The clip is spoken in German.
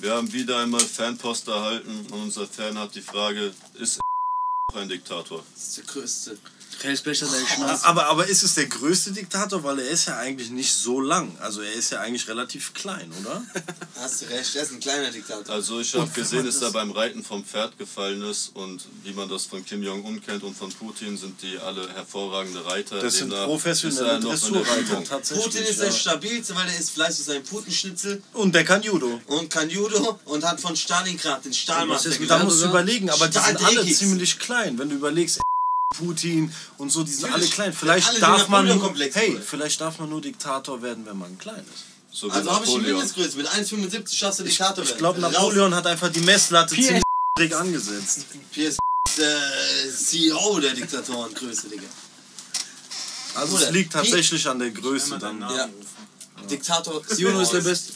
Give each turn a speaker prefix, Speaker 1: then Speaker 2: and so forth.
Speaker 1: Wir haben wieder einmal Fanpost erhalten und unser Fan hat die Frage, ist ein Diktator?
Speaker 2: Das ist der größte.
Speaker 3: Hellsbecher seine Schnauze.
Speaker 4: Aber, aber ist es der größte Diktator? Weil er ist ja eigentlich nicht so lang. Also er ist ja eigentlich relativ klein, oder?
Speaker 2: Hast du recht, er ist ein kleiner Diktator.
Speaker 1: Also ich habe gesehen, dass er beim Reiten vom Pferd gefallen ist und wie man das von Kim Jong-un kennt und von Putin, sind die alle hervorragende Reiter.
Speaker 4: Das sind
Speaker 1: Demnach
Speaker 4: professionelle
Speaker 1: ist er noch in der
Speaker 4: Dressurreiter
Speaker 1: Übung.
Speaker 4: tatsächlich.
Speaker 2: Putin ist der
Speaker 4: ja.
Speaker 2: stabilste, weil er isst Fleisch aus seinem Putenschnitzel
Speaker 4: Und der kann Judo.
Speaker 2: und kann Judo und hat von Stalingrad den Stahlmaster
Speaker 3: Was ist mit
Speaker 4: Da
Speaker 3: Ja,
Speaker 2: gelernt.
Speaker 4: musst du
Speaker 3: sogar.
Speaker 4: überlegen, aber die sind
Speaker 2: Stahl
Speaker 4: alle
Speaker 2: Dekis.
Speaker 4: ziemlich klein. Wenn du überlegst, Putin und so, die sind alle
Speaker 2: Natürlich.
Speaker 4: klein.
Speaker 2: Alle
Speaker 4: Vielleicht
Speaker 2: die
Speaker 4: darf man nur,
Speaker 2: Napoleon-Komplex
Speaker 4: hey,
Speaker 2: wurde.
Speaker 4: vielleicht darf man nur Diktator werden, wenn man klein ist.
Speaker 1: So wie
Speaker 2: Also habe ich die
Speaker 1: Napoleon.
Speaker 2: Mindestgröße. Mit 1,75 schaffst du Diktator werden.
Speaker 4: Ich glaube,
Speaker 2: Raus.
Speaker 4: Napoleon hat einfach die Messlatte
Speaker 3: Pierre-
Speaker 4: ziemlich niedrig angesetzt.
Speaker 2: Hier ist der CEO der Diktatorengröße, Digga.
Speaker 4: Also
Speaker 2: Bruder,
Speaker 4: es liegt
Speaker 2: Pierre-
Speaker 4: tatsächlich an der Größe dann.
Speaker 2: Ja. Diktator.
Speaker 3: Siono ist der Beste.